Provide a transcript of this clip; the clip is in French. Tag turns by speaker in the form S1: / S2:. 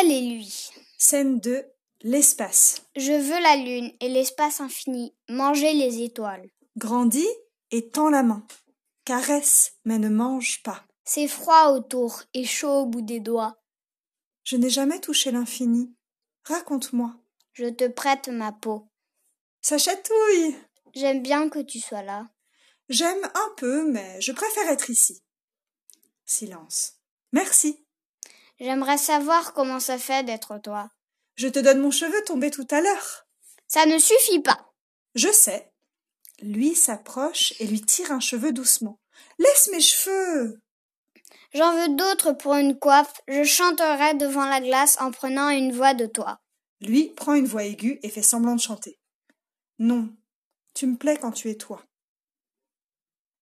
S1: Elle et lui.
S2: Scène 2. L'espace.
S1: Je veux la lune et l'espace infini, manger les étoiles.
S2: Grandis et tends la main. Caresse, mais ne mange pas.
S1: C'est froid autour et chaud au bout des doigts.
S2: Je n'ai jamais touché l'infini. Raconte-moi.
S1: Je te prête ma peau.
S2: Ça chatouille.
S1: J'aime bien que tu sois là.
S2: J'aime un peu, mais je préfère être ici. Silence. Merci.
S1: J'aimerais savoir comment ça fait d'être toi.
S2: Je te donne mon cheveu tombé tout à l'heure.
S1: Ça ne suffit pas.
S2: Je sais. Lui s'approche et lui tire un cheveu doucement. Laisse mes cheveux.
S1: J'en veux d'autres pour une coiffe. Je chanterai devant la glace en prenant une voix de toi.
S2: Lui prend une voix aiguë et fait semblant de chanter. Non, tu me plais quand tu es toi.